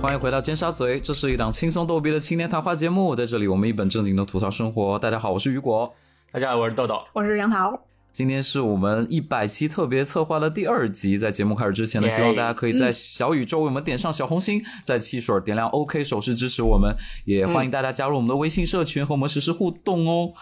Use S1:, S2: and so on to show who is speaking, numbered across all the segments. S1: 欢迎回到尖沙咀，这是一档轻松逗逼的青年谈话节目，在这里我们一本正经的吐槽生活。大家好，我是雨果，
S2: 大家好，我是豆豆，
S3: 我是杨桃。
S1: 今天是我们一百期特别策划的第二集，在节目开始之前呢，
S2: 耶
S1: 希望大家可以在小宇宙为我们点上小红心，在汽水点亮 OK 手势支持我们，也欢迎大家加入我们的微信社群和我们实时互动哦。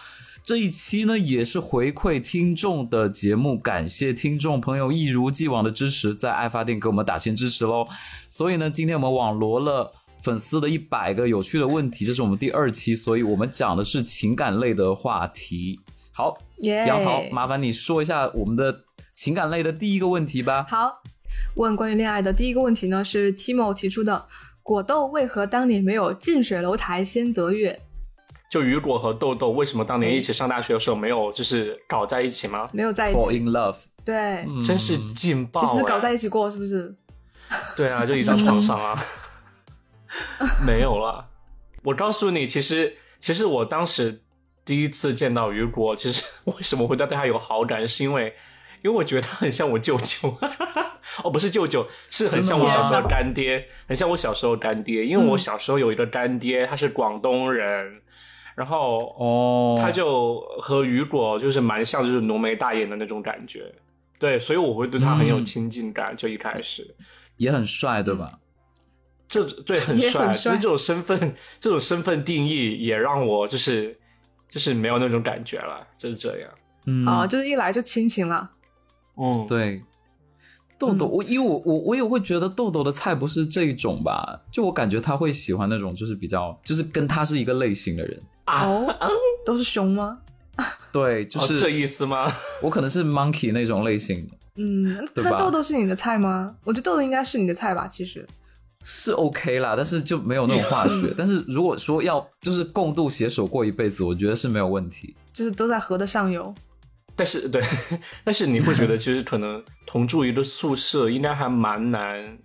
S1: 这一期呢也是回馈听众的节目，感谢听众朋友一如既往的支持，在爱发电给我们打钱支持喽。所以呢，今天我们网罗了。粉丝的一百个有趣的问题，这是我们第二期，所以我们讲的是情感类的话题。好，
S3: 耶、
S1: 杨桃，麻烦你说一下我们的情感类的第一个问题吧。
S3: 好，问关于恋爱的第一个问题呢是 Timo 提出的：果豆为何当年没有近水楼台先得月？
S2: 就雨果和豆豆为什么当年一起上大学的时候没有就是搞在一起吗？
S3: 没有在一
S1: Fall
S3: 起，
S1: in love，
S3: 对，
S1: 嗯
S2: 真是劲爆、
S3: 其
S2: 欸！
S3: 实搞在一起过是不是？
S2: 对啊，就一张床上啊，
S3: 嗯
S2: 没有了。我告诉你，其实其实我当时第一次见到雨果，其实为什么会对他有好感，是因为因为我觉得他很像我舅舅。 哦，不是舅舅，是很像我小时候的干爹，很像我小时候的干爹，因
S1: 嗯
S2: 为我小时候有一个干爹，他是广东人，然后
S1: 哦，
S2: 他就和雨果就是蛮像，就是浓眉大眼的那种感觉。对，所以我会对他很有
S1: 嗯
S2: 亲近感，就一开始。
S1: 也很帅，对吧？
S2: 这对很
S3: 也
S2: 帅，
S3: 很
S2: 其实
S3: 帅
S2: 这种身份， 这种身份定义也让我就是就是没有那种感觉了，就是这样。
S1: 嗯
S3: 啊，就是一来就亲情了。
S2: 嗯，
S1: 对。豆
S3: 嗯
S1: 豆，我因为我我我也会觉得豆豆的菜不是这一种吧，就我感觉他会喜欢那种就是比较就是跟他是一个类型的人，
S2: 啊
S3: 哦，都是熊吗？
S1: 对，就
S2: 哦、这
S1: 是
S2: 意思吗？
S1: 我可能是 monkey 那种类型的，
S3: 嗯，
S1: 对吧
S3: 那豆豆是你的菜吗？我觉得豆豆应该是你的菜吧，其实。
S1: 是 OK 啦，但是就没有那种化
S3: 嗯
S1: 学。但是如果说要就是共度携手过一辈子，我觉得是没有问题。
S3: 就是都在河的上游，
S2: 但是对， 但是你会觉得其实可能同住一个宿舍应该还蛮难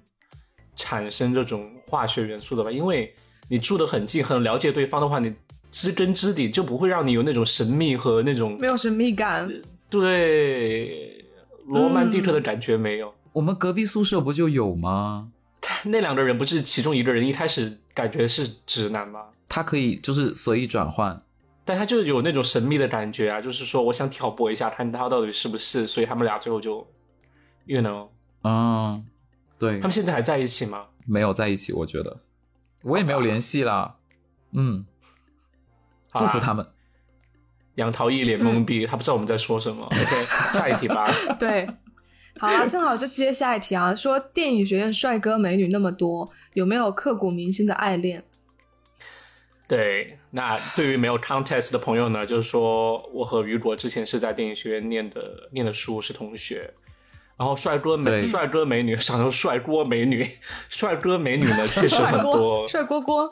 S2: 产生这种化学元素的吧，因为你住得很近，很了解对方的话，你知根知底就不会让你有那种神秘和那种
S3: 没有神秘感。
S2: 对罗曼蒂克的感觉没有。
S3: 嗯
S1: 我们隔壁宿舍不就有吗？
S2: 那两个人不是其中一个人一开始感觉是直男吗？
S1: 他可以就是随意转换。
S2: 但他就有那种神秘的感觉啊，就是说我想挑拨一下，看他到底是不是，所以他们俩最后就，you know，
S1: 嗯，对
S2: 他，们现在还在一起吗？
S1: 没有在一起，我觉得我也没有联系啦。嗯，
S2: 好啊
S1: 祝
S2: 啦
S1: 福他们。
S2: 杨桃一脸懵
S3: 嗯
S2: 逼，他不知道我们在说什么。OK，下 一题吧。
S3: 对，好了，正好就接下一题啊，说电影学院帅哥美女那么多，有没有刻骨铭心的爱恋？
S2: 对，那对于没有 contest 的朋友呢，就是说我和雨果之前是在电影学院念的念的书，是同学。然后帅哥
S1: 对
S2: 美帅哥美女，想说帅哥美女， 帅哥美女 呢确实
S3: 帅
S2: 很多
S3: 锅，，帅锅锅，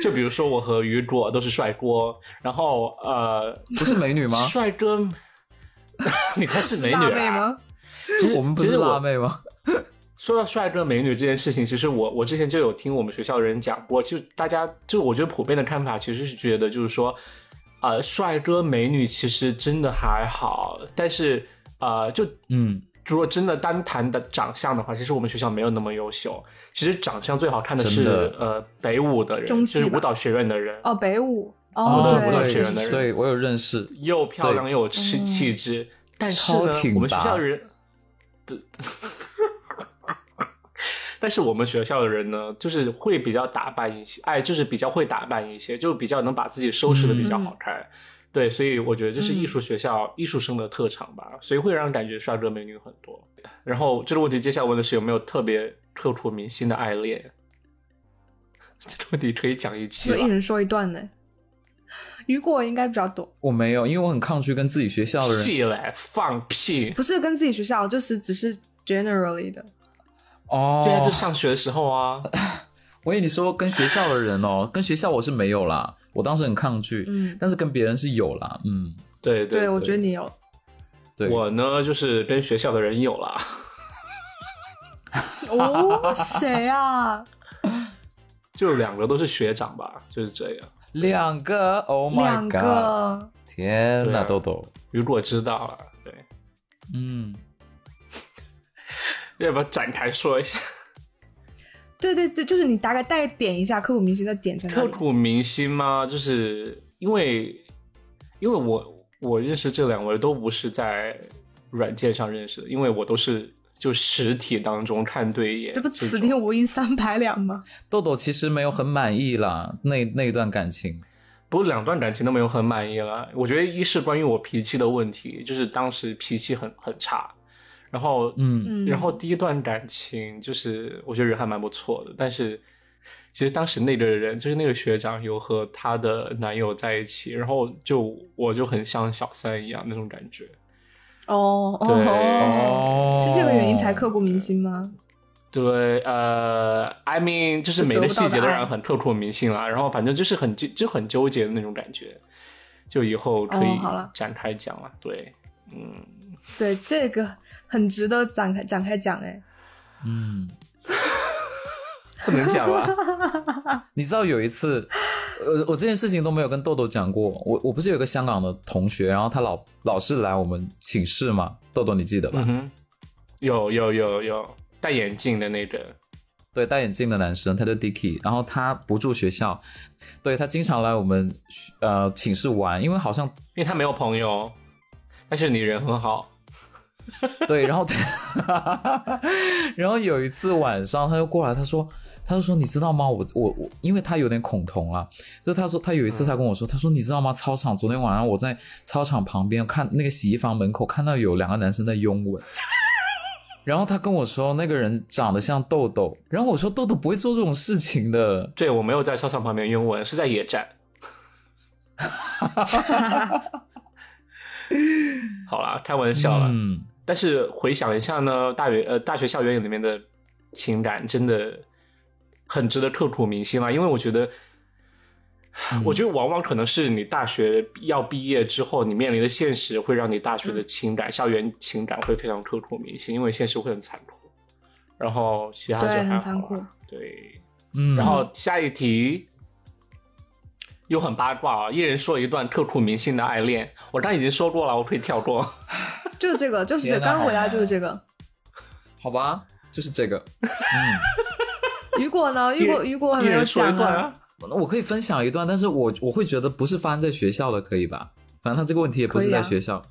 S2: 就比如说我和雨果都是帅哥，然后呃，？
S1: 不是美女吗
S2: 帅哥，你才是美
S3: 辣
S2: 女
S3: 妹
S2: 啊！
S3: 吗？
S2: 其实
S1: 我们不
S2: 其
S1: 是
S2: 实
S1: 辣
S2: 我
S1: 妹吗？
S2: 说到帅哥美女这件事情，其实我我之前就有听我们学校的人讲过，就大家就我觉得普遍的看法其实是觉得就是说，呃，帅哥美女其实真的还好，但是呃，就
S1: 嗯，
S2: 如果真的单谈的长相的话，其实我们学校没有那么优秀。其实长相最好看的是
S1: 真的
S2: 呃北舞的人，
S3: 中
S2: 就
S3: 戏
S2: 是
S3: 吧
S2: 舞蹈学院的人，
S3: 哦，北舞，
S2: 我
S3: 哦，
S2: 的
S3: 对，
S2: 我的
S3: 对
S2: 学员的人
S1: 对我有认识。
S2: 又漂亮又有气
S3: 嗯
S2: 气质，但是
S1: 超
S2: 呢
S1: 挺，拔
S2: 我们学校的人，对但是我们学校的人呢，就是会比较打扮一些，哎，就是比较会打扮一些，就比较能把自己收拾的比较好看。对，所以我觉得这是艺术学校、艺术生的特长吧，所以会让人感觉帅哥美女很多。然后这个问题接下来问的是有没有特别刻骨铭心的爱恋？ 这个问题可以讲一期
S3: 就一
S2: 了。
S3: 人说一段呢。雨果应该比较多，
S1: 我没有，因为我很抗拒跟自己学校的人。
S2: 屁嘞，放屁！
S3: 不是跟自己学校，就是只是 generally 的。
S1: 哦，
S2: 对啊，就上学的时候啊。
S1: 我跟你说，跟学校的人哦，跟学校我是没有啦，我当时很抗拒，
S3: 嗯
S1: 但是跟别人是有啦。嗯，
S2: 对
S3: 对，
S2: 对，
S3: 我觉得你有，
S1: 对，
S2: 我呢就是跟学校的人有啦，
S3: 哦，谁啊？
S2: 就两个都是学长吧，就是这样。
S1: 两个，Oh my
S3: 两
S1: god，
S3: 个，
S1: 天
S2: 对
S1: 哪，
S2: 啊
S1: 豆豆，
S2: 如果知道了，对，
S1: 嗯，
S2: 要不要展开说一下？
S3: 对对对，就是你大概带点一下刻骨铭心的点在哪
S2: 刻
S3: 里？
S2: 骨铭心吗？就是因为因为我我认识这两位都不是在软件上认识的，因为我都是就实体当中看对眼。
S3: 这不此
S2: 种
S3: 地无银三百两吗？
S1: 豆豆其实没有很满意啦，那那一段感情，
S2: 不过两段感情都没有很满意了。我觉得一是关于我脾气的问题，就是当时脾气很很差，然后
S1: 嗯，
S3: 嗯，
S2: 然后第一段感情就是我觉得人还蛮不错的，但是其实当时那个人就是那个学长有和她的男友在一起，然后就我就很像小三一样那种感觉。
S3: 哦
S2: 对
S1: 哦
S3: 哦，是这个原因才刻骨铭心吗？
S2: 对，呃，I mean，就是每个细节都让
S3: 就得不到的爱
S2: 人很刻骨铭心啦。然后反正就是很纠就很纠结的那种感觉，就以后可以
S3: 哦好了
S2: 展开讲了。对，嗯，
S3: 对，这个很值得展开展开讲哎。
S1: 嗯，
S2: 不能讲了。
S1: 你知道有一次，呃，我这件事情都没有跟豆豆讲过。我我不是有个香港的同学，然后他老老是来我们寝室嘛，豆豆你记得吧？
S2: 嗯哼，有有有有戴眼镜的那个，
S1: 对，戴眼镜的男生，他叫 Dicky，然后他不住学校，对他经常来我们呃寝室玩，因为好像
S2: 因为他没有朋友，哦但是你人很好。
S1: 对，然后他， 然后有一次晚上，他就过来，他说，他就说，你知道吗？我我我，因为他有点恐同啊，就他说他有一次他跟我说，他说你知道吗？操场昨天晚上我在操场旁边看那个洗衣房门口看到有两个男生在拥吻。 然后他跟我说，那个人长得像豆豆。然后我说，豆豆不会做这种事情的。
S2: 对我没有在操场旁边拥吻，是在野 战。好啦，开玩笑了。
S1: 嗯，
S2: 但是回想一下呢，大学呃大学校园里面的情感真的很值得刻骨铭心啦，啊因为我觉得。
S3: 嗯
S2: 我觉得往往可能是你大学要毕业之后，你面临的现实会让你大学的
S3: 嗯
S2: 情感、校园情感会非常刻骨铭心，因为现实会很残酷。然后其他就
S3: 对
S2: 还好啊啦
S3: 很残酷。
S2: 对，
S1: 嗯，
S2: 然后下一题又很八卦啊，一人说一段刻骨铭心的爱恋。我刚已经说过了，我可以跳过。
S3: 就是这个，就是这
S1: 天
S3: 个，
S1: 哪
S3: 刚刚回
S2: 啊
S3: 答就是这个。
S1: 好吧，就是这个。嗯，
S3: 雨 果呢？雨果，
S2: 一
S3: 雨果还
S2: 一
S3: 没有
S2: 人说
S3: 讲
S2: 一段啊。
S1: 我可以分享一段，但是我我会觉得不是发生在学校的，可以吧？反正他这个问题也不是在学校，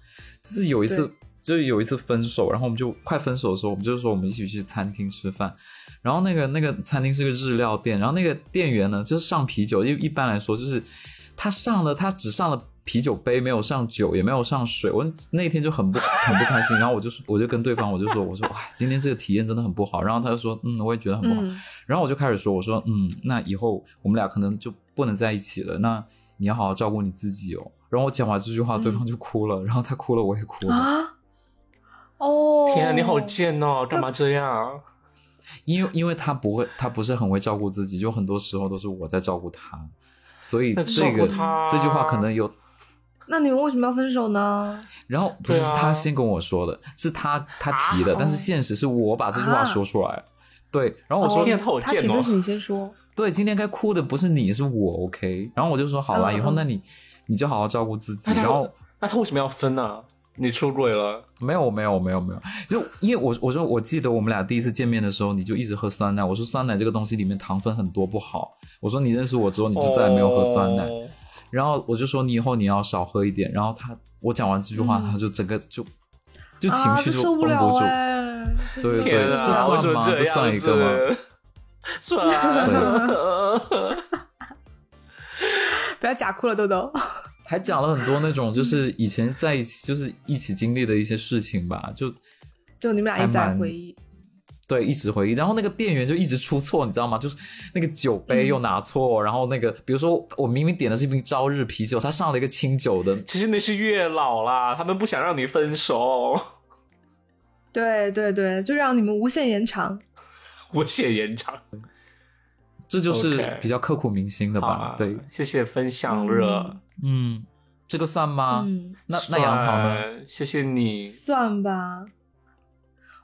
S1: 就是有一次
S3: 对，
S1: 就是有一次分手，然后我们就快分手的时候，我们就说我们一起去餐厅吃饭，然后那个那个餐厅是个日料店，然后那个店员呢就是上啤酒，因为一般来说就是他上了，他只上了。啤酒杯没有上酒，也没有上水。我那天就很不很不开心，然后我就我就跟对方我就说我说哎，今天这个体验真的很不好。然后他就说嗯，我也觉得很不好。
S3: 嗯，
S1: 然后我就开始说，我说，嗯，那以后我们俩可能就不能在一起了，那你要好好照顾你自己哦。然后我讲完这句话，
S3: 嗯
S1: 对方就哭了，然后他哭了，我也哭了，
S3: 啊，哦，
S2: 天啊，你好贱哦！干嘛这样？
S1: 因为因为他不会，他不是很会照顾自己，就很多时候都是我在照顾他，所以
S2: 那
S1: 这个
S2: 照顾他
S1: 这句话可能有。
S3: 那你们为什么要分手呢？
S1: 然后不
S2: 对
S1: 是
S2: 啊
S1: 是他先跟我说的，是他他提的，
S3: 啊
S1: 但是现实是我把这句话说出来，对。然后我
S2: 啊哦
S1: 说，
S2: 天啊他好
S3: 他
S2: 贱
S3: 提
S2: 哦
S3: 的是你先说，
S1: 对，今天该哭的不是你，是我，OK。然后我就说，好啦，
S3: 嗯
S1: 以后
S3: 嗯
S1: 那你你就好好照顾自己。
S2: 那他
S1: 然后
S2: 那他为什么要分呢、你出轨了，
S1: 没有没有没有没有，就因为我我说我记得我们俩第一次见面的时候，你就一直喝酸奶。我说酸奶这个东西里面糖分很多不好，我说你认识我之后你就再也没有喝酸奶。
S2: 哦
S1: 然后我就说你以后你要少喝一点。然后他我讲完这句话，
S3: 嗯
S1: 他就整个就就情绪
S3: 啊、这
S1: 就
S3: 受不
S1: 绷
S3: 了
S1: 不住。
S3: 哎，真的
S1: 对
S2: 天啊，
S1: 这算吗
S2: 为什么
S1: 这算
S2: 样
S1: 一
S2: 子？
S1: 个
S2: 算啊。
S3: 不要假哭了，豆豆。
S1: 还讲了很多那种就是以前在一起就是一起经历的一些事情吧，就
S3: 就你们俩一直
S1: 还
S3: 在
S1: 蛮
S3: 回忆，
S1: 对，一直回忆。然后那个店员就一直出错，你知道吗？就是那个酒杯
S2: 嗯
S1: 又拿错，然后那个比如说我明明点的是一瓶朝日啤酒，他上了一个清酒的。
S2: 其实那是月老啦，他们不想让你分手，
S3: 对对对，就让你们无限延长。
S2: 我写延长。
S1: 这就是
S2: OK
S1: 比较刻骨铭心的
S2: 好啊
S1: 吧
S2: 啦？
S1: 对，
S2: 谢谢分享热。啊
S1: 嗯，这个算吗？
S3: 嗯，
S1: 那那杨桃呢？
S2: 算？谢谢你。
S3: 算吧。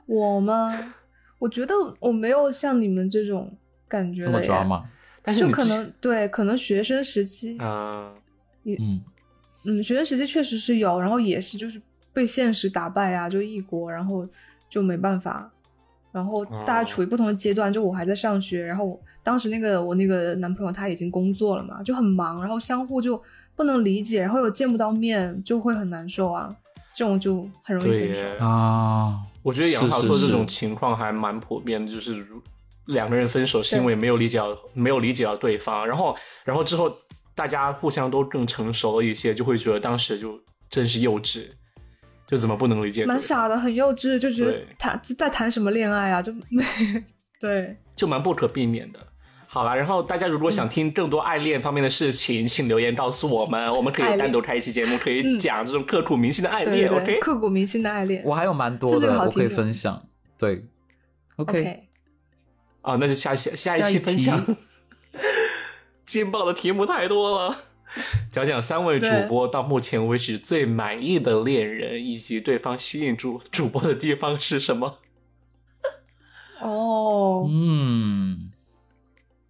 S3: 我吗？我觉得我没有像你们这种感觉
S1: 这么
S3: 了耶
S1: 抓？吗？
S2: 但是
S3: 就
S2: 你
S3: 可
S2: 之
S3: 能对，可能学生时期，
S2: 嗯，
S1: 嗯，
S3: 嗯，学生时期确实是有，然后也是就是被现实打败啊，就异国，然后就没办法，然后大家处
S2: 哦
S3: 于不同的阶段，就我还在上学，然后我当时那个我那个男朋友他已经工作了嘛，就很忙，然后相互就不能理解，然后又见不到面，就会很难受啊，这种就很容易
S2: 对
S3: 分手。
S2: 耶，
S1: 啊，
S2: 我觉得杨桃
S1: 是
S2: 说
S1: 是
S2: 这
S1: 是
S2: 种情况还蛮普遍的，就是如两个人分手是因为没有理解到没有理解到对方，然后然后之后大家互相都更成熟了一些，就会觉得当时就真是幼稚，就怎么不能理解对
S3: 蛮
S2: 方，
S3: 傻的，很幼稚，就觉得
S2: 对
S3: 谈在谈什么恋爱啊，就没 对。
S2: 就蛮不可避免的。好啦，然后大家如果
S3: 嗯
S2: 想听更多爱恋方面的事情，请留言告诉我们，我们可
S3: 爱
S2: 以
S3: 恋
S2: 单独开一期节目，可以
S3: 嗯
S2: 讲这种刻骨铭心的爱
S3: 对
S2: 恋。
S3: 对对，
S2: OK，
S3: 刻骨铭心的爱恋。
S1: 我还有蛮多
S3: 这是个
S1: 的，我
S3: 好
S1: 可以
S3: 题目
S1: 分享。对
S3: OK，
S2: 啊，那就下下下一
S1: 下一
S2: 期分享
S1: 题。
S2: 劲爆的题目太多了，讲讲三位主
S3: 对
S2: 播到目前为止最满意的恋人，以及对方吸引主主播的地方是什么？
S3: 哦，
S1: 嗯，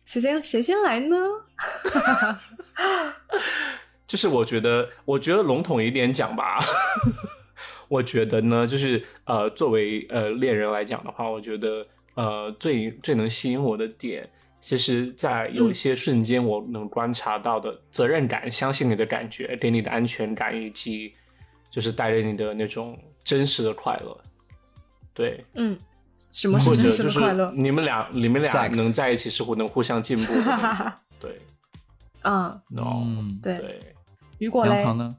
S3: 谁先谁先来呢？
S2: 就是我觉得，我觉得笼统一点讲吧， 我觉得呢，就是呃，作为呃恋人来讲的话，我觉得呃最最能吸引我的点，其实，在
S3: 嗯
S2: 有一些瞬间，我能观察到的责任感、相信你的感觉、给你的安全感，以及就是带给你的那种真实的快乐。对，
S3: 嗯，什么是
S2: 或者
S3: 真实
S2: 就
S3: 的
S2: 是
S3: 快乐？
S2: 你们俩，你们俩
S1: Sex
S2: 能在一起是互能互相进步的 那种。对
S3: 嗯，
S2: ，no，
S1: 嗯
S3: 对
S2: 对，
S3: 雨果
S1: 杨
S3: 嘞
S1: 桃， 呢？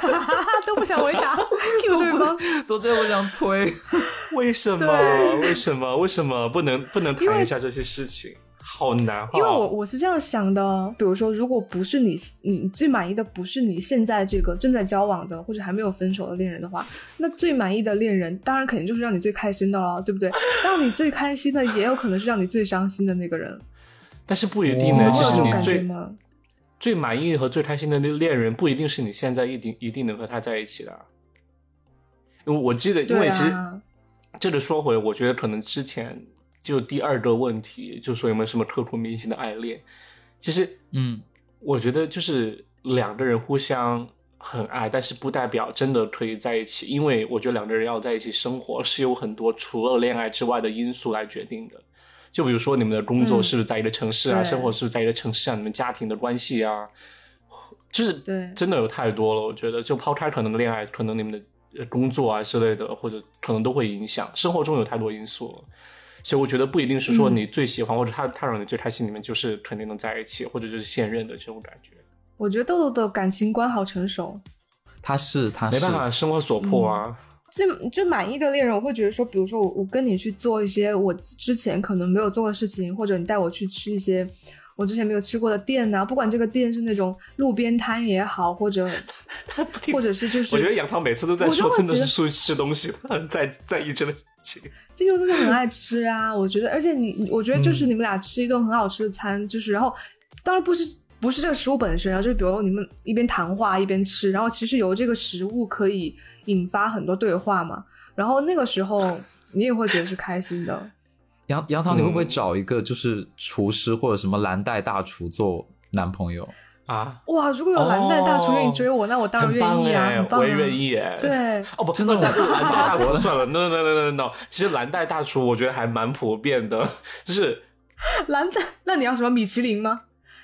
S3: 都不想回答 ，Q 对方，
S1: 都在我想推，
S2: 为什么？为什么？为什么不能不能谈一下这些事情？好难、哦，
S3: 因为我我是这样想的，哦比如说，如果不是你你最满意的不是你现在这个正在交往的或者还没有分手的恋人的话，那最满意的恋人当然肯定就是让你最开心的了，对 不对？让你最开心的也有可能是让你最伤心的那个人，
S2: 但是不一定呢。
S1: 哇
S2: 其
S3: 会
S2: 实
S3: 有这种
S2: 你
S3: 感觉
S2: 最
S3: 吗？
S2: 最满意和最开心的那恋人，不一定是你现在一定一定能和他在一起的啊。因为我记得，因为
S3: 对
S2: 其实、
S3: 啊，
S2: 这个说回，我觉得可能之前就第二个问题，就说有没有什么刻骨铭心的爱恋？其实
S1: 嗯，
S2: 我觉得就是两个人互相很爱，但是不代表真的可以在一起，因为我觉得两个人要在一起生活是有很多除了恋爱之外的因素来决定的。就比如说你们的工作
S3: 嗯
S2: 是不是在一个城市啊，
S3: 对
S2: 生活是不是在一个城市啊，你们家庭的关系啊，就是
S3: 对
S2: 真的有太多了。我觉得就抛开可能恋爱，可能你们的呃工作啊之类的，或者可能都会影响。生活中有太多因素了。所以我觉得不一定是说
S3: 嗯
S2: 你最喜欢、或者他他让你最开心，你们就是肯定能在一起，或者就是现任的这种感觉。
S3: 我觉得豆豆的感情观好成熟，
S1: 他是
S3: 啊
S1: 他
S2: 没
S1: 是，
S2: 办法，生活所迫
S3: 嗯
S2: 啊。
S3: 最最满意的恋人，我会觉得说，比如说我我跟你去做一些我之前可能没有做的事情，或者你带我去吃一些我之前没有吃过的店呐、不管这个店是那种路边摊也好，或者或者是就是，
S2: 我觉得杨桃每次都在
S3: 我就
S2: 说，
S3: 会
S2: 真的
S3: 觉
S2: 是
S3: 得
S2: 出去吃东西， 他很在在意这类事情。
S3: 这种真的很爱吃啊。我觉得，而且你，你我觉得就是你们俩吃一顿很好吃的餐，就是然后当然不是不是这个食物本身啊，就是比如你们一边谈话一边吃，然后其实由这个食物可以引发很多对话嘛。然后那个时候你也会觉得是开心的。
S1: 杨杨桃，你会不会
S2: 嗯
S1: 找一个就是厨师或者什么蓝带大厨做男朋友？
S2: 啊，
S3: 哇，如果有蓝带大厨愿意追我，那我当然
S2: 哦很棒
S3: 愿意啊，
S2: 哎
S3: 很，棒、啊，
S2: 我也愿。意哎。。
S3: 对，
S2: 哦不，
S1: 真的
S2: 蓝带
S1: 我
S2: 蓝带 大
S1: 法国
S2: 厨
S1: 的
S2: 算了，no no no no no no。其实蓝带大厨我觉得还蛮普遍的，就是
S3: 蓝带，那你要什么米其林吗？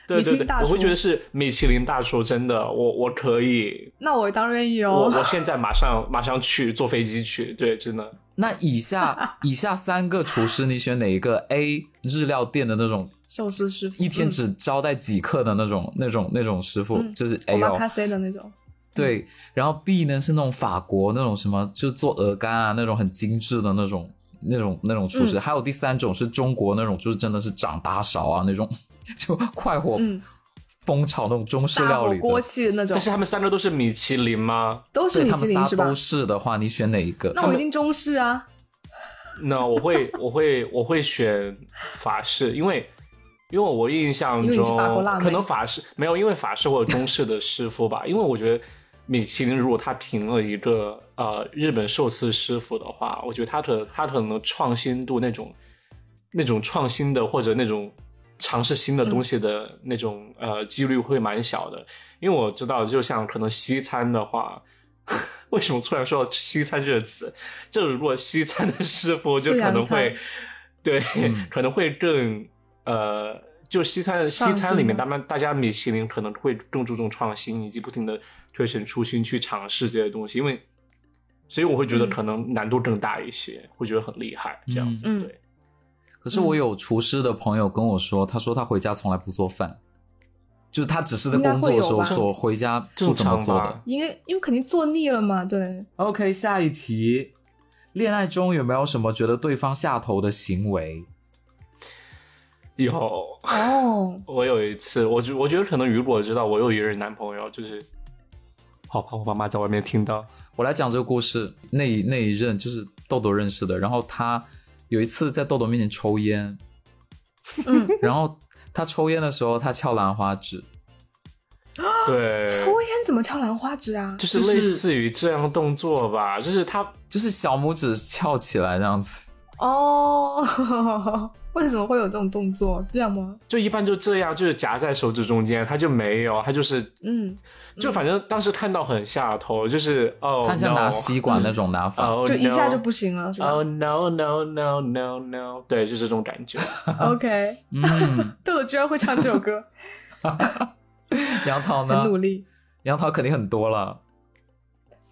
S2: 对
S3: 米其
S2: 对对
S3: 林大，
S2: 我会
S3: 厨
S2: 觉得是米其林大厨，真的，我我可以，
S3: 那我当然愿意
S2: 我
S3: 哦。
S2: 我现在马上马上去坐飞机去，对，真的。
S1: 那以下 以下三个厨师，你选哪一个？A 日料店的那种，
S3: 寿司师傅
S1: 一天
S3: 嗯
S1: 只招待几客的那种、那种那种师傅，
S3: 嗯
S1: 这是
S3: 我
S1: A
S3: 妈
S1: 哦。
S3: 咖啡的那种，
S1: 对，然后 B 呢是那种法国那种什么，就做鹅肝啊那种很精致的那种那种那种厨师，
S3: 嗯
S1: 还有第三种是中国那种，就是真的是掌大勺啊那种， 就快活
S3: 嗯，
S1: 风潮那种中式
S3: 大
S1: 料
S3: 火
S1: 理的。
S3: 锅气的那种
S2: 但，是他们三个都是米其林吗？
S3: 都是
S1: 对
S3: 米
S1: 他
S3: 其
S1: 们
S3: 林
S1: 仨
S3: 是吧
S1: 都？是的话，你选哪一个？
S3: 那我一定中式啊。
S2: 那我 会我会我会选法式，因为因为我印象
S3: 因为你
S2: 中
S3: 是法国辣妹
S2: 可能法式没有，因为法式或者中式的师傅 吧，因为我觉得米其林如果他评了一个呃日本寿司师傅的话，我觉得他的他可能创新度那种那种创新的或者那种尝试新的东西的那种、呃几率会蛮小的，因为我知道就像可能西餐的话。 为什么突然说到西餐这个词？这如果西餐的师傅就可能
S3: 是洋
S2: 会，对，
S1: 嗯
S2: 可能会更呃，就西餐西
S3: 创
S2: 餐
S3: 新
S2: 里面，
S3: 吗
S2: 大们大家米其林可能会更注重创新，以及不停的推陈出新去尝试这些东西，因为所以我会觉得
S3: 嗯
S2: 可能难度更大一些，会觉得很厉害这样子。
S3: 嗯
S2: 对，
S1: 可是我有厨师的朋友跟我说，他说他回家从来不做饭，就是他只是在工作的时
S3: 应
S1: 候
S3: 该会有吧
S1: 做，回家不
S2: 正
S1: 怎么
S2: 常
S1: 做的
S2: 吧。
S3: 因为因为肯定做腻了 嘛，对，
S1: OK，下一题，恋爱中有没有什么觉得对方下头的行为？
S2: 有。
S3: 哦，
S2: 我有一次，我觉我觉得可能雨果知道，我有一任男朋友，就是好怕我爸妈在外面听到。
S1: 我来讲这个故事。那一那一任就是豆豆认识的，然后他有一次在豆豆面前抽烟，
S3: 嗯，
S1: 然后他抽烟的时候他翘兰花指，
S2: 对，
S3: 抽烟怎么翘兰花指啊？
S2: 就是
S1: 就是
S2: 类似于这样的动作吧，就是他
S1: 就是小拇指翘起来这样子。
S3: 哦， 为什么会有这种动作？这样吗？
S2: 就一般就这样，就是夹在手指中间，他就没有，他就是
S3: 嗯，
S2: 就反正当时看到很下头，就是哦，
S1: 他像
S2: no
S1: 拿吸管那种拿法。
S2: 哦，
S3: 就一下
S2: no
S3: 就不行了，是吧、
S2: 哦 no no no no no，对，就这种感 觉。
S3: o k
S1: 嗯，
S3: 豆豆居然会唱这 首歌，
S1: 杨桃
S3: 很
S1: 呢？
S3: 努力。
S1: 杨桃肯定很多了。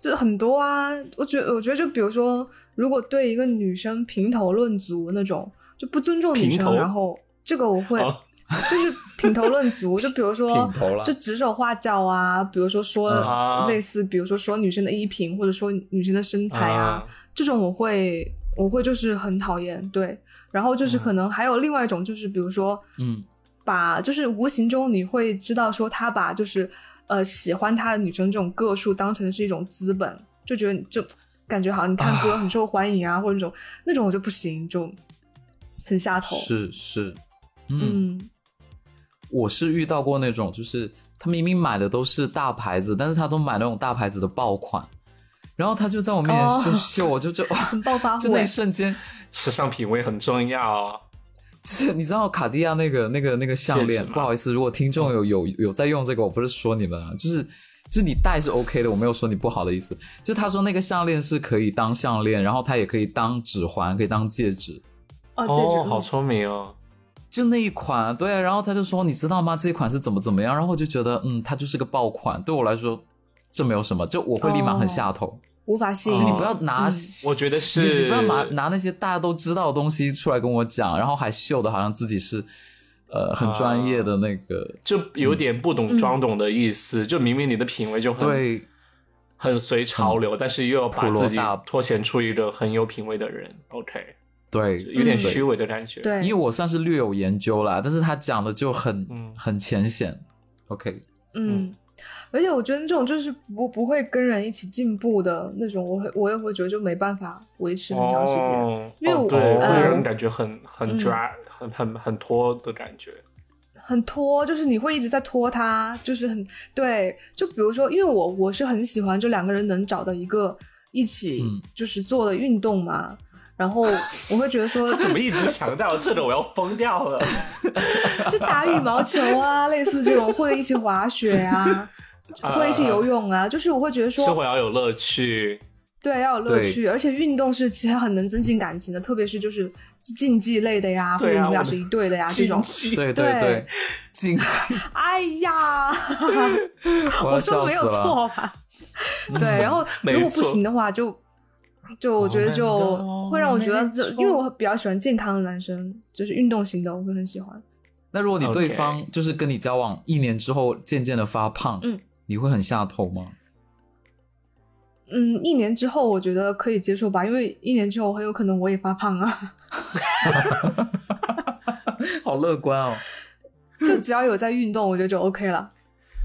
S3: 这很多啊，我觉我觉得就比如说，如果对一个女生评头论足那种，就不尊重女
S2: 评头
S3: 生，然后这个我会、
S2: 哦
S3: 就是评头论 足，就比如说
S1: 品头了
S3: 就指手画脚啊，比如说
S2: 嗯
S3: 说类似，比如说说女生的衣品，或者说女生的身材啊，
S2: 啊，
S3: 这种我会我会就是很讨厌，对。然后就是
S1: 嗯
S3: 可能还有另外一种，就是比如说
S1: 嗯，
S3: 把就是无形中你会知道说他把就是呃喜欢他的女生这种个数当成是一种资本，就觉得你就感觉好像你看歌很受欢迎啊，或者那种那种我就不行，就很下头。
S1: 是是，嗯，
S3: 嗯，
S1: 我是遇到过那种，就是他明明买的都是大牌子，但是他都买那种大牌子的爆款，然后他就在我面
S3: 哦
S1: 前就秀，我 就就哇
S3: 很，暴发户
S1: 就那
S3: 欸
S1: 一瞬间，
S2: 时尚品味很重
S3: 哦
S2: 要。
S1: 就是你知道卡地亚那个那个那个项
S2: 戒指
S1: 链，
S2: 吗
S1: 不好意思，如果听众有有有在用这个，我不是说你们啊，就是就是你戴是 OK 的，我没有说你不好的意思。就他说那个项链是可以当项链，然后它也可以当指环，可以当戒指，
S3: 哦，戒指
S2: 哦，
S3: 嗯
S2: 好聪明哦。
S1: 就那一款，对。啊然后他就说你知道吗？这一款是怎么怎么样？然后我就觉得嗯，它就是个爆款，对我来说这没有什么，就我会立马很下头。
S3: 无法吸引
S1: 就你
S2: 哦
S1: 不要拿，
S3: 哦嗯
S2: 我觉得是
S1: 你你不要拿拿那些大家都知道的东西出来跟我讲，然后还秀的好像自己是呃很专业的那个，
S2: 就有点不懂装懂的意思，就明明你的品味就很
S1: 嗯对，
S2: 很随潮流，但是又要
S1: 普
S2: 把
S1: 罗
S2: 自己
S1: 大
S2: 脱显出一个很有品味的人，OK，
S1: 对，
S2: 有点
S3: 嗯
S2: 虚伪的感觉。，
S3: 对，
S1: 因为我算是略有研究啦，但是他讲的就很、
S2: 嗯
S1: 很浅显。OK，
S3: 嗯，而且我觉得这种就是不不会跟人一起进步的那种，我会我也会觉得就没办法维持很长时间。
S2: 哦，
S3: 因为
S2: 哦
S3: 我
S2: 对
S1: 呃
S2: 会让人感觉很很
S3: 嗯
S2: dry，很很很拖的感觉。
S3: 很拖，就是你会一直在拖他，就是很对。就比如说，因为我我是很喜欢，就两个人能找到一个一起
S1: 嗯
S3: 就是做的运动嘛。然后我会觉 得说，
S2: 怎么一直强调这个？我要疯掉了！
S3: 就打羽毛球啊，类似这种，或者一起滑雪 啊，
S2: 啊
S3: 或者一起游泳啊，就是我会觉得
S2: 生活
S3: 说，
S2: 要有乐 趣，
S3: 对，要有乐
S1: 对
S3: 趣，而且运动是其实很能增进感情的，特别是就是竞技类的呀，或者
S2: 对啊
S3: 你们俩
S2: 我的
S3: 是一对的呀，这
S2: 竞
S3: 种。
S2: 技
S1: 对
S3: 对
S1: 对，进，
S3: 哎呀，
S1: 我要
S3: 我说的
S1: 笑
S3: 没
S1: 死
S3: 有
S1: 了。
S3: 错吧？对，然后
S2: 没
S3: 如果不
S2: 错
S3: 行的话，就就我觉得就会让我觉得这，因为我比较喜欢健康的男生，就是运动型的，我会很喜欢。
S1: 那如果你对
S2: OK
S1: 方就是跟你交往一年之后渐渐的发胖，
S3: 嗯，
S1: 你会很下头 吗？
S3: 嗯，一年之后我觉得可以接受吧，因为一年之后很有可能我也发胖啊。
S1: 好乐观哦。
S3: 就只要有在运动，我觉得就 OK 了。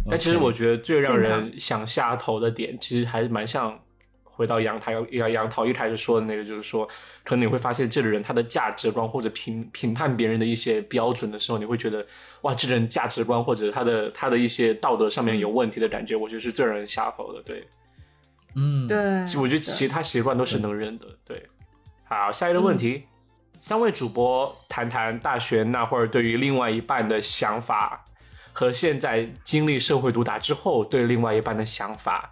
S2: 但其实
S1: OK
S2: 我觉得最让
S3: 健
S2: 人想下头的点，其实还是蛮像回到杨桃杨杨桃一开始说的那个，就是说，可能你会发现这个人他的价值观或者评评判别人的一些标准的时候，你会觉得哇，这个人价值观或者他的他的一些道德上面有问题的感觉，我觉得是最让人下头的。对，
S1: 嗯，
S3: 对，
S2: 其我觉得其他习惯都是能忍的。对，好，下一个问
S3: 嗯
S2: 题，三位主播谈谈大学那会儿对于另外一半的想法，和现在经历社会毒打之后对另外一半的想法，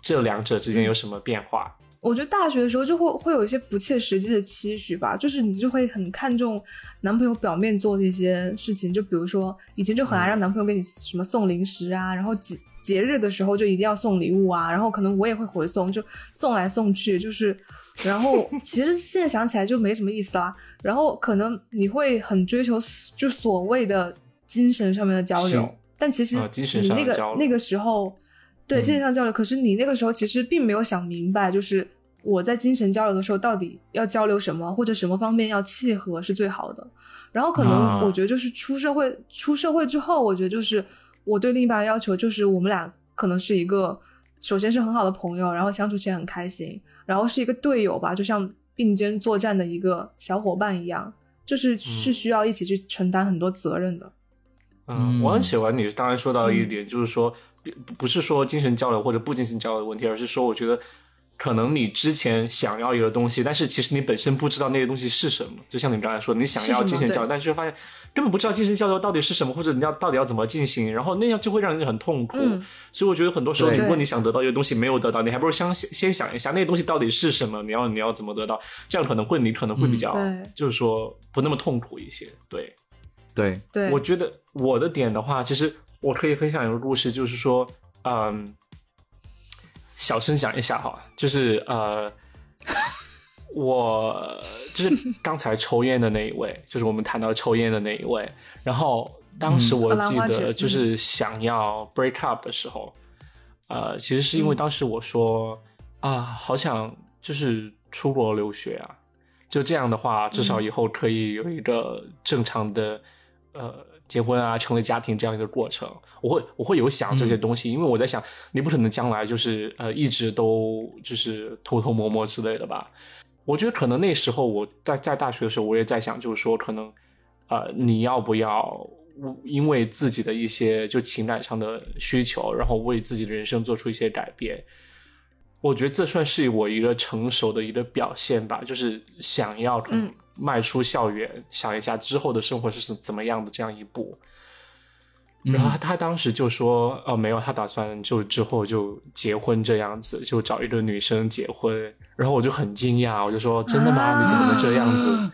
S2: 这两者之间有什么变化？
S3: 我觉得大学的时候就会会有一些不切实际的期许吧，就是你就会很看重男朋友表面做的一些事情，就比如说以前就很
S2: 嗯
S3: 爱让男朋友给你什么送零食啊，然后节节日的时候就一定要送礼物啊，然后可能我也会回送，就送来送去，就是，然 后其实现在想起来就没什么意思啦。然后可能你会很追求就所谓的精神上面的交
S2: 是
S3: 流，但其实
S2: 啊精神
S3: 你
S2: 上的
S3: 那个
S2: 交流
S3: 那个时候，对
S2: 嗯
S3: 精神上交流，可是你那个时候其实并没有想明白，就是我在精神交流的时候到底要交流什么，或者什么方面要契合是最好的。然后可
S2: 啊
S3: 能我觉得就是出社会，出社会之后，我觉得就是我对另一半的要求就是我们俩可能是一个，首先是很好的朋友，然后相处起来很开心，然后是一个队友吧，就像并肩作战的一个小伙伴一样，就是是需要一起去承担很多责任的。
S2: 嗯，
S1: 嗯
S2: 我很喜欢你刚才说到的
S3: 嗯
S2: 一点，就是说，不不是说精神交流或者不精神交流的问题，而是说，我觉得可能你之前想要一个东西，但是其实你本身不知道那个东西是什么。就像你刚才说，你想要
S3: 是什么
S2: 精神交流，
S3: 对
S2: 但是发现根本不知道精神交流到底是什么，或者你要到底要怎么进行，然后那样就会让人很痛苦。
S3: 嗯
S2: 所以我觉得很多时候，
S1: 对
S2: 如果你想得到一个东西没有得到，你还不如先先想一下那个东西到底是什么，你要你要怎么得到，这样可能会你可能会比较、
S3: 嗯对
S2: 就是说不那么痛苦一些，对。
S1: 对，
S3: 对，
S2: 我觉得我的点的话，其实我可以分享一个故事，就是说，嗯，小声讲一下哈，就是呃， 我就是刚才抽烟的那一位，就是我们谈到抽烟的那一位，然后当时我
S3: 嗯
S2: 记
S3: 兰花指
S2: 得
S3: 嗯
S2: 就是想要 break up 的时候，呃，其实是因为
S3: 嗯
S2: 当时我说啊，好想就是出国留学啊，就这样的话，至
S3: 嗯
S2: 少以后可以有一个正常的、呃结婚啊，成立家庭这样一个过程。我会我会有想这些东西，因为我在想，你不可能将来就是呃一直都就是偷偷摸摸之类的吧。我觉得可能那时候我在在大学的时候，我也在想，就是说可能，呃，你要不要因为自己的一些就情感上的需求，然后为自己的人生做出一些改变？我觉得这算是我一个成熟的一个表现吧，就是想要可能
S3: 嗯
S2: 迈出校园，想一下之后的生活是怎么样的这样一步。
S1: 嗯
S2: 然后他当时就说：“哦，没有，他打算就之后就结婚这样子，就找一个女生结婚。”然后我就很惊讶，我就说：“真的吗？
S3: 啊
S2: 你怎么能这样子？”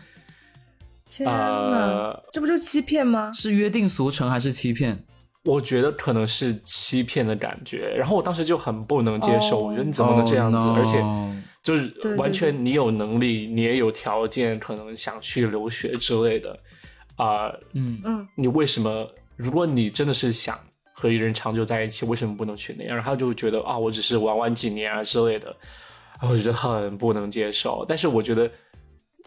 S3: 天哪，
S2: 呃，
S3: 这不就是欺骗吗？
S1: 是约定俗成还是欺骗？
S2: 我觉得可能是欺骗的感觉。然后我当时就很不能接受，
S3: 哦
S2: 我觉得你怎么能这样子
S1: Oh, no
S2: 而且就是呃
S3: 对
S2: 完
S3: 对
S2: 全你有能力，你也有条件，可能想去留学之类的啊、
S1: 嗯
S3: 嗯，
S2: 你为什么？如果你真的是想和一个人长久在一起，为什么不能去那样？然后他就觉得啊，我只是玩玩几年啊之类的，然后我觉得很不能接受。但是我觉得，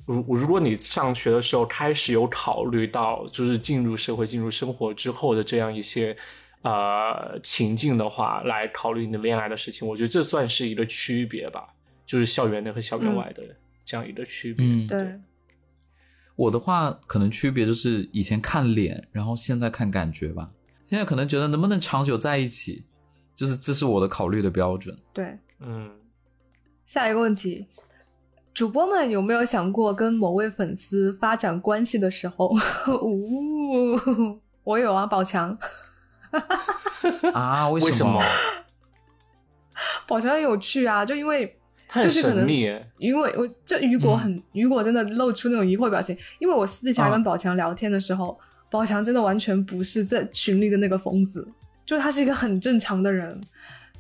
S2: 如如果你上学的时候开始有考虑到，就是进入社会、进入生活之后的这样一些呃情境的话，来考虑你的恋爱的事情，我觉得这算是一个区别吧，就是校园内和校园
S3: 嗯
S2: 外的这样一个区别。
S1: 嗯，
S3: 对，
S1: 我的话可能区别就是以前看脸，然后现在看感觉吧。现在可能觉得能不能长久在一起，就是这是我的考虑的标 准。
S3: 对，
S2: 嗯。
S3: 下一个问题，主播们有没有想过跟某位粉丝发展关系的时候？ 呜、我有啊，宝强，
S1: 啊？为
S2: 为什
S1: 么
S2: 么？？
S3: 宝强很有趣啊，就因为
S2: 他很
S3: 就是可
S2: 神
S3: 能
S2: 秘耶，
S3: 因为我就雨
S2: 嗯
S3: 果很、雨果真的露出那种疑惑表情，因为我私底下
S1: 啊
S3: 跟宝强聊天的时候，
S2: 嗯
S3: 宝强真的完全不是在群里的那个疯子，就他是一个很正常的人，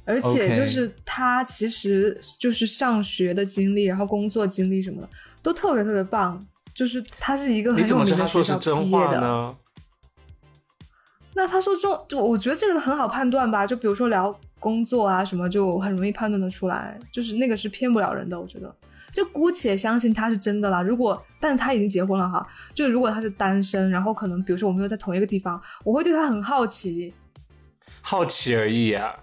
S3: 而且
S1: OK
S3: 就是他其实就是上学的经历，然后工作经历什么的都特别特别棒，就是他是一个
S2: 你
S3: 很
S2: 怎
S3: 有
S2: 么知
S3: 名
S2: 道他
S3: 的
S2: 说
S3: 学
S2: 的是
S3: 校
S2: 真
S3: 毕
S2: 话
S3: 业的。
S2: 呢？
S3: 那他说这种，就我觉得这个很好判断吧，就比如说聊工作啊什么，就很容易判断得出来，就是那个是骗不了人的，我觉得。就姑且相信他是真的啦。如果，但是他已经结婚了哈。就如果他是单身，然后可能比如说我们又在同一个地方，我会对他很好奇，
S2: 好奇而已啊。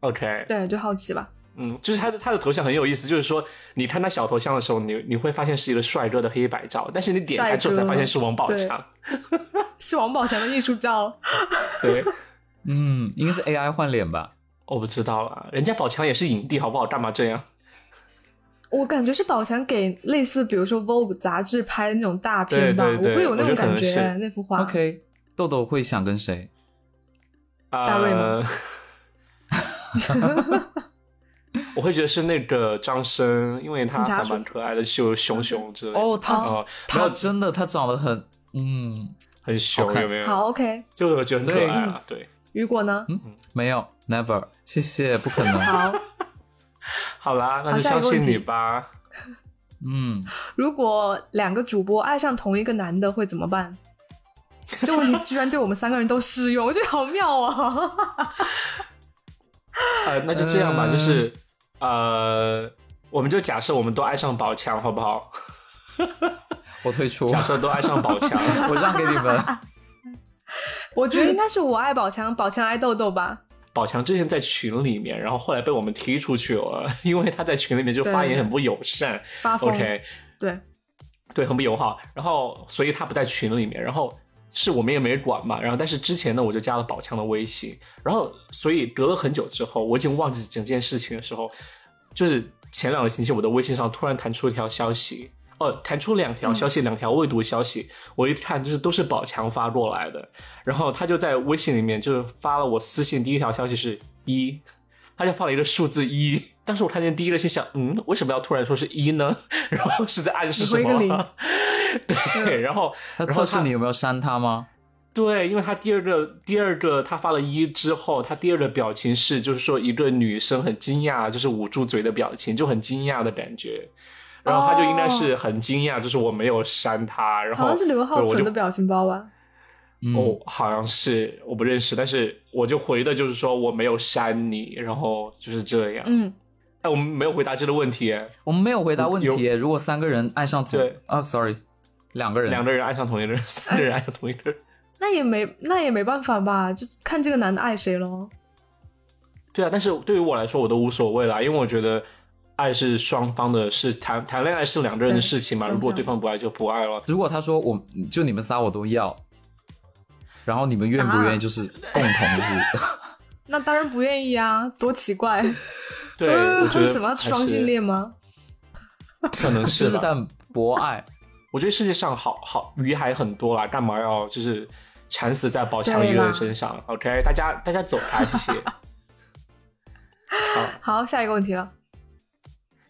S2: OK，
S3: 对，就好奇吧。
S2: 嗯，就是他的他的头像很有意思，就是说你看他小头像的时候，你你会发现是一个帅哥的黑白照，但是你点开之后
S3: 帅
S2: 才
S3: 哥
S2: 发现是王宝强。
S3: 是王宝强的艺术照，
S2: 对，
S1: 嗯，应该是 AI 换脸吧。
S2: 我不知道啦，人家宝强也是影帝，好不好？干嘛这样？
S3: 我感觉是宝强给类似比如说 Vogue 杂志拍的那种大片吧，
S2: 对对对
S3: 我会有那
S2: 我觉得
S3: 种
S2: 可
S3: 感
S2: 能
S3: 觉，
S2: 是
S3: 那幅画。
S1: OK，豆豆会想跟谁？
S2: 呃、
S3: 大瑞吗
S2: 我会觉得是那个张生，因为他
S3: 警察
S2: 还
S3: 叔
S2: 蛮可爱的，就熊熊之类的，
S1: 哦，他、
S2: 哦
S1: 他真的他长得很，嗯，
S2: 很熊
S1: 好，看
S2: 有没有？
S3: 好，OK，
S2: 就我觉得很可爱了。对，
S3: 雨果呢？
S2: 嗯
S1: 没有，never，谢谢，不可 能，
S3: 好，
S2: 好啦，那就
S3: 好下一
S2: 相
S3: 个问
S2: 信
S3: 题
S2: 你吧。
S1: 嗯，
S3: 如果两个主播爱上同一个男的会怎么 办？这问题居然对我们三个人都适用，我觉得好妙啊！
S2: 呃，那就这样吧，
S1: 嗯
S2: 就是呃，我们就假设我们都爱上宝强，好不好？
S1: 我退出，
S2: 假设都爱上宝强，
S1: 我让给你 们，
S3: 我觉得应该是我爱宝强，宝强爱豆豆吧。
S2: 宝强之前在群里面，然后后来被我们踢出去了， 因为他在群里面就发言很不友善。
S3: 发疯
S2: OK，
S3: 对，
S2: 对，很不友好。然后，所以他不在群里面，然后是我们也没管嘛。然后，但是之前呢，我就加了宝强的微信，然后所以隔了很久之后，我已经忘记整件事情的时候，就是前两个星期我的微信上突然弹出一条消息。哦，弹出两条消息，两条未读消息，我一看就是都是宝强发过来的，然后他就在微信里面就是发了我私信，第一条消息是一，他就发了一个数字一，当时我看见第一个心想，嗯，为什么要突然说是一呢？ 然后是在暗示什么
S3: 你回个嗯
S2: 吗？ 对，然后
S1: 他
S2: 然
S1: 测
S2: 后
S1: 试
S2: 他
S1: 你有没有删他吗？
S2: 对，因为他第二个第二个他发了一之后，他第二个表情是就是说一个女生很惊讶，就是捂住嘴的表情，就很惊讶的感觉。然后他就应该是很惊讶，就是我没有删他，然后
S3: 哦好像是刘浩
S2: 对我就
S3: 存的表情包吧？
S1: 嗯，
S2: 哦，好像是我不认识，但是我就回的就是说我没有删你，然后就是这样。
S3: 嗯，
S2: 哎，我们没有回答这个问题耶，
S1: 我们没有回答问题
S2: 有
S1: 耶。如果三个人爱上同
S2: 对
S1: 啊，sorry，两个人，
S2: 两个人爱上同一个人，三个人爱上同一个人。
S3: 那也没那也没办法吧，就看这个男的爱谁喽。
S2: 对啊，但是对于我来说，我都无所谓啦，因为我觉得爱是双方的事，谈谈恋爱是两个人的事情嘛。
S3: 对
S2: 如果
S3: 对
S2: 对方不爱就不爱了，
S1: 如果他说我就你们仨我都要，然后你们愿不愿
S3: 啊
S1: 意就是共同 就是，
S3: 那当然不愿意啊，多奇怪！
S2: 对，我 觉得
S3: 啊什么
S2: 还是
S3: 双性恋吗？
S2: 可能
S1: 就是是
S2: 吧。
S1: 但博爱，
S2: 我觉得世界上好好鱼还很多啦，干嘛要就是缠死在宝强一个
S3: 对啦
S2: 人身上？OK，大家大家走开，谢 谢。好，
S3: 好，下一个问题了。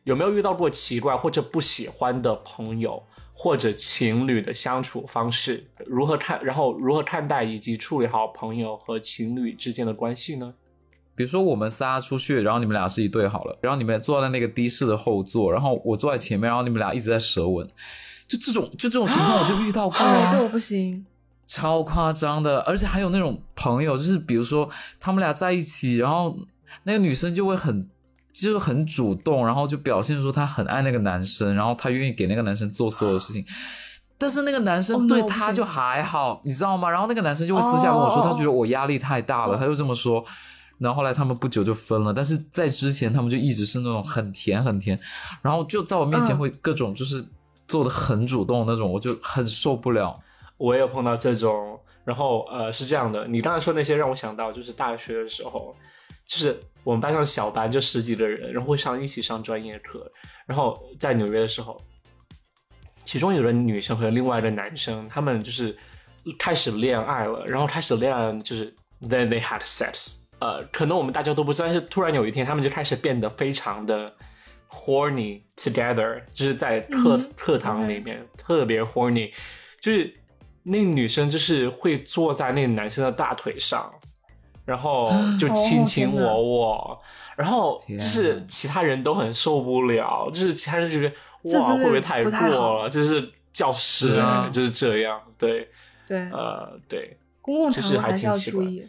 S2: 有没有遇到过奇怪或者不喜欢的朋友或者情侣的相处方式？如何看？然后如何看待以及处理好朋友和情侣之间的关系呢？
S1: 比如说我们仨出去，然后你们俩是一对好了，然后你们坐在那个的士的后座，然后我坐在前面，然后你们俩一直在舌吻，就这种就这种情况我就遇到过、
S3: 哦
S1: 啊，，
S3: 这我不行。
S1: 超夸张的，而且还有那种朋友，就是比如说他们俩在一起，然后那个女生就会很。就是很主动，然后就表现出她很爱那个男生，然后她愿意给那个男生做所有的事情，但是那个男
S3: 哦
S1: 生
S3: ，no，
S1: 对
S3: 不
S1: 她
S3: 行
S1: 就还好，你知道吗？然后那个男生就会私下跟我说，
S3: 哦
S1: 他觉得我压力太大了，他就这么说。然后后来他们不久就分了，但是在之前他们就一直是那种很甜很甜，然后就在我面前
S3: 嗯
S1: 会各种就是做的很主动的那种，我就很受不了。
S2: 我也有碰到这种，然后呃是这样的，你刚才说那些让我想到，就是大学的时候，就是我们班上小班就十几个人，然后会上一起上专业课，然后在纽约的时候，其中有个女生和另外一个男生，他们就是开始恋爱了，然后开始恋爱就是 then they had sex，呃，可能我们大家都不知道，但是突然有一天他们就开始变得非常的 horny together，就是在课、
S3: 嗯哼
S2: 课堂里面特别 horny，就是那个女生就是会坐在那个男生的大腿上，然后就亲亲
S3: 哦天哪
S2: 我我，然后就是其他人都很受不了，就是其他人就觉得
S3: 这
S2: 哇
S3: 真
S2: 会
S3: 的
S2: 不会太
S3: 不太
S2: 过
S3: 好
S2: 了，就是教师
S1: 是啊
S2: 就是这样，对，
S3: 对，
S2: 呃，对。
S3: 公共
S2: 这
S3: 场
S2: 是
S3: 合
S2: 还
S3: 还是要
S2: 挺奇
S3: 注
S2: 怪
S3: 意。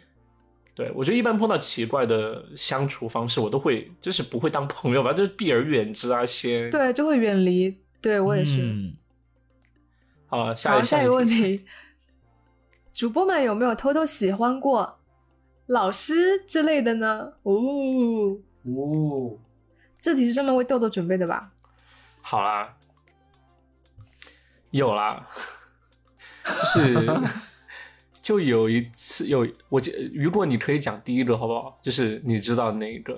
S2: 对，我觉得一般碰到奇怪的相处方式，我都会就是不会当朋友吧，就是避而远之啊，先。
S3: 对，就会远离。对我也是。
S1: 嗯
S2: 好了，啊下
S3: 好，
S2: 一
S3: 下一
S2: 一
S3: 个问
S2: 题，
S3: 题， 主播们有没有偷偷喜欢过老师之类的呢？哦，
S2: 哦，
S3: 这题是专门为豆豆准备的吧？
S2: 好啦，有啦，就是就有一次有我记，如果你可以讲第一个好不好？就是你知道哪一个？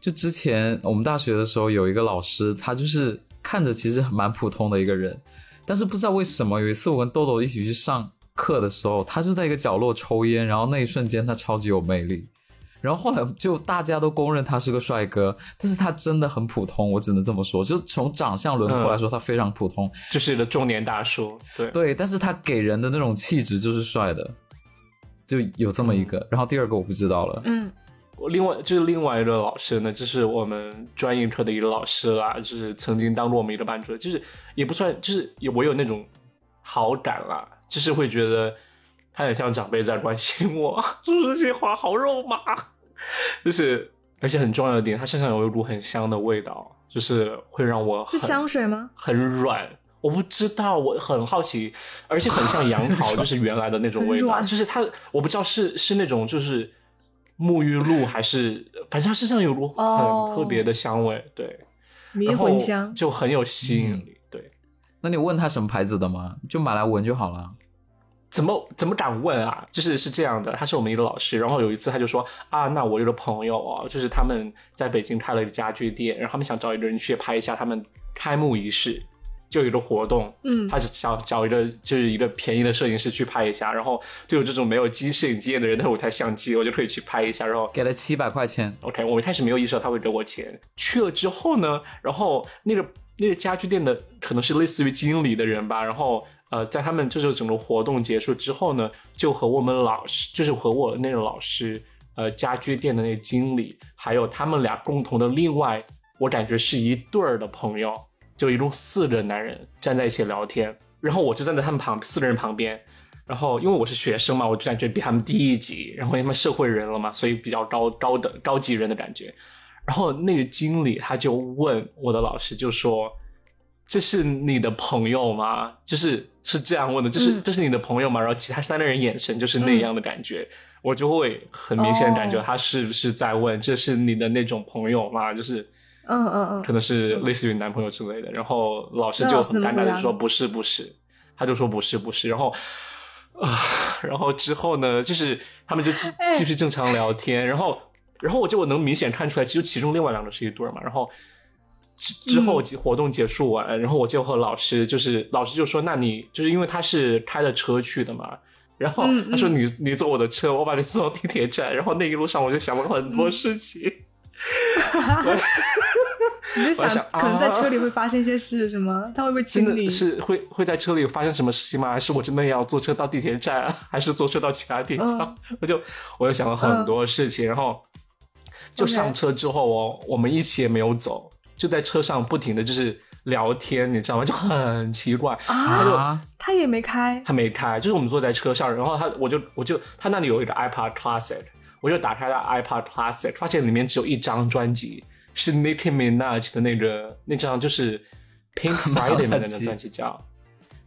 S1: 就之前我们大学的时候，有一个老师，他就是看着其实蛮普通的一个人，但是不知道为什么，有一次我跟豆豆一起去上课的时候，他就在一个角落抽烟，然后那一瞬间他超级有魅力，然后后来就大家都公认他是个帅哥，但是他真的很普通，我只能这么说，就从长相轮廓来说，他非常普通。
S2: 就是个中年大叔，对，
S1: 对，但是他给人的那种气质就是帅的，就有这么一个。然后第二个我不知道了，
S3: 嗯，
S2: 我另外就是另外一个老师呢，就是我们专业课的一个老师啦，就是曾经当过我们一个班主任，就是也不算，就是也我有那种好感啦，就是会觉得他很像长辈在关心我， 说这些话好肉麻，就是而且很重要的点，他身上有一股很香的味道，就是会让我
S3: 是
S2: 很
S3: 香水吗？
S2: 很软，我不知道，我很好奇，而且很像 杨桃，就是原来的那种味
S3: 很
S2: 道，
S3: 软
S2: 就是它，我不知道是是那种就是沐浴露还是，反正它身上有股
S3: 哦
S2: 很特别的香味，对，
S3: 迷
S2: 然后
S3: 魂香，嗯
S2: 就很有吸引力，对，
S1: 那你问他什么牌子的吗？就买来闻就好了。
S2: 怎么怎么敢问啊？就是是这样的，他是我们一个老师，然后有一次他就说啊，那我有个朋友哦，就是他们在北京开了一个家具店，然后他们想找一个人去拍一下他们开幕仪式，就有一个活动，
S3: 嗯
S2: 他是想找一个就是一个便宜的摄影师去拍一下，然后就有这种没有机摄影经验的人，但是我台相机，我就可以去拍一下，然后
S1: 给了七百块钱，
S2: OK，我一开始没有意识到他会给我钱。去了之后呢，然后那个那个家具店的可能是类似于经理的人吧，然后呃，在他们就是整个活动结束之后呢，就和我们老师，就是和我那个老师，呃，家具店的那个经理，还有他们俩共同的另外，我感觉是一对儿的朋友，就一共四个男人站在一起聊天，然后我就站在他们旁四个人旁边，然后因为我是学生嘛，我就感觉比他们低一级，然后因为他们社会人了嘛，所以比较高高等高级人的感觉。然后那个经理他就问我的老师，就说：“这是你的朋友吗？”就是是这样问的，就是、
S3: 嗯
S2: 这是你的朋友吗？然后其他三个人眼神就是那样的感觉，我就会很明显的感觉
S3: 哦
S2: 他是不是在问：“这是你的那种朋友吗？”就是
S3: 嗯嗯
S2: 可
S3: 嗯，
S2: 能是类似于男朋友之类的。然后老师
S3: 那
S2: 就
S3: 老师
S2: 很
S3: 怎么
S2: 尴
S3: 回
S2: 尬的
S3: 答
S2: 说：“
S3: 呢
S2: 不是，不是。”他就说：“不是，不是。”然后啊，然后之后呢，就是他们就继
S3: 哎
S2: 继续正常聊天，然后然后我就我能明显看出来，其实其中另外两个是一对儿嘛，然后。之之后
S3: 嗯
S2: 活动结束完，然后我就和老师，就是老师就说：“那你就是因为他是开着车去的嘛，然后
S3: 嗯
S2: 他说你你坐我的车，我把你送到地铁站，然后那一路上我就想了很
S3: 嗯
S2: 多事情，
S3: 你就
S2: 我
S3: 想
S2: 想
S3: 可能在
S2: 啊
S3: 车里会发生一些事，什么？他会不会啊
S2: 真
S3: 清理
S2: 的？是会会在车里发生什么事情吗？还是我真的要坐车到地铁站，啊 还是坐车到其他地方？ 我就我就想了很多事情，然后就
S3: OK
S2: 上车之后哦，我们一起也没有走，就在车上不停的就是聊天，你知道吗？就很奇怪，
S3: 啊，
S1: 啊，
S3: 他也没开，
S2: 他没开，就是我们坐在车上，然后他我就我就他那里有一个 iPod Classic，我就打开了 iPod Classic，发现里面只有一张专辑，是 Nicki Minaj 的那个那张就是 Pink
S1: 麻辣
S2: Friday 的那张
S1: 鸡
S2: 专辑叫。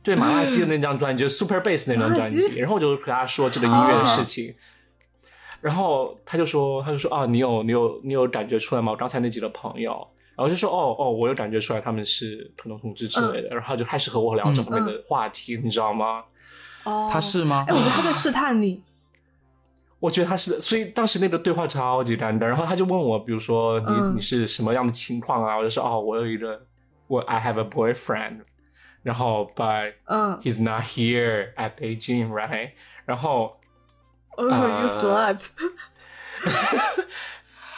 S2: 对麻辣鸡的那张专辑，就是 Super Bass 那张专
S3: 麻辣
S2: 辑，
S3: 鸡啊
S2: 然后我就和他说这个音乐的事情，然后他就说，他就说啊，你有你有你有感觉出来吗？我刚才那几个朋友，然后就说哦哦，我有感觉出来他们是可能同志之
S3: 嗯
S2: 类的，然后他就开始和我聊这方面的话题，你知道吗？
S3: 哦，
S1: 他是吗
S3: 哎，？我觉得他在试探你，
S2: 我觉得他是的，所以当时那个对话超级尴尬。然后他就问我，比如说你、
S3: 嗯
S2: 你是什么样的情况啊？我就说哦，我有一个我 I have a boyfriend，然后 but
S3: 嗯，
S2: he's not here at Beijing right？然后
S3: 哦，you
S2: 呃
S3: slut，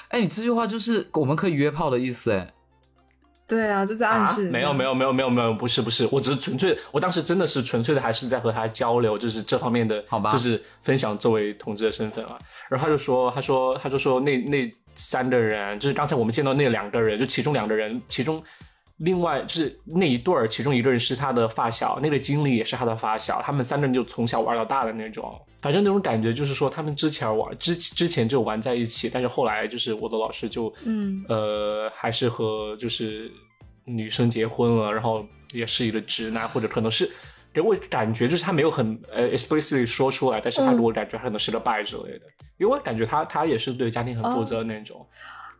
S1: 哎，你这句话就是我们可以约炮的意思，哎，
S3: 对啊，就在暗示人家，
S2: 没有没有没有没有没有，不是不是，我只是纯粹，我当时真的是纯粹的，还是在和他交流，就是这方面的，
S1: 好吧
S2: 就是分享作为同志的身份啊。然后他就说，他说他就说那那三个人，就是刚才我们见到那两个人，就其中两个人，其中另外就是那一对儿，其中一个人是他的发小，那个经理也是他的发小，他们三个人就从小玩到大的那种，反正那种感觉就是说，他们之前玩之之前就玩在一起，但是后来就是我的老师就
S3: 嗯
S2: 呃，还是和就是女生结婚了，然后也是一个直男，或者可能是给我感觉就是他没有很呃 explicitly 说出来，但是他
S3: 嗯
S2: 给我感觉他可能是个 bi 之类的，因为我感觉他他也是对家庭
S3: 哦
S2: 很负责的那种。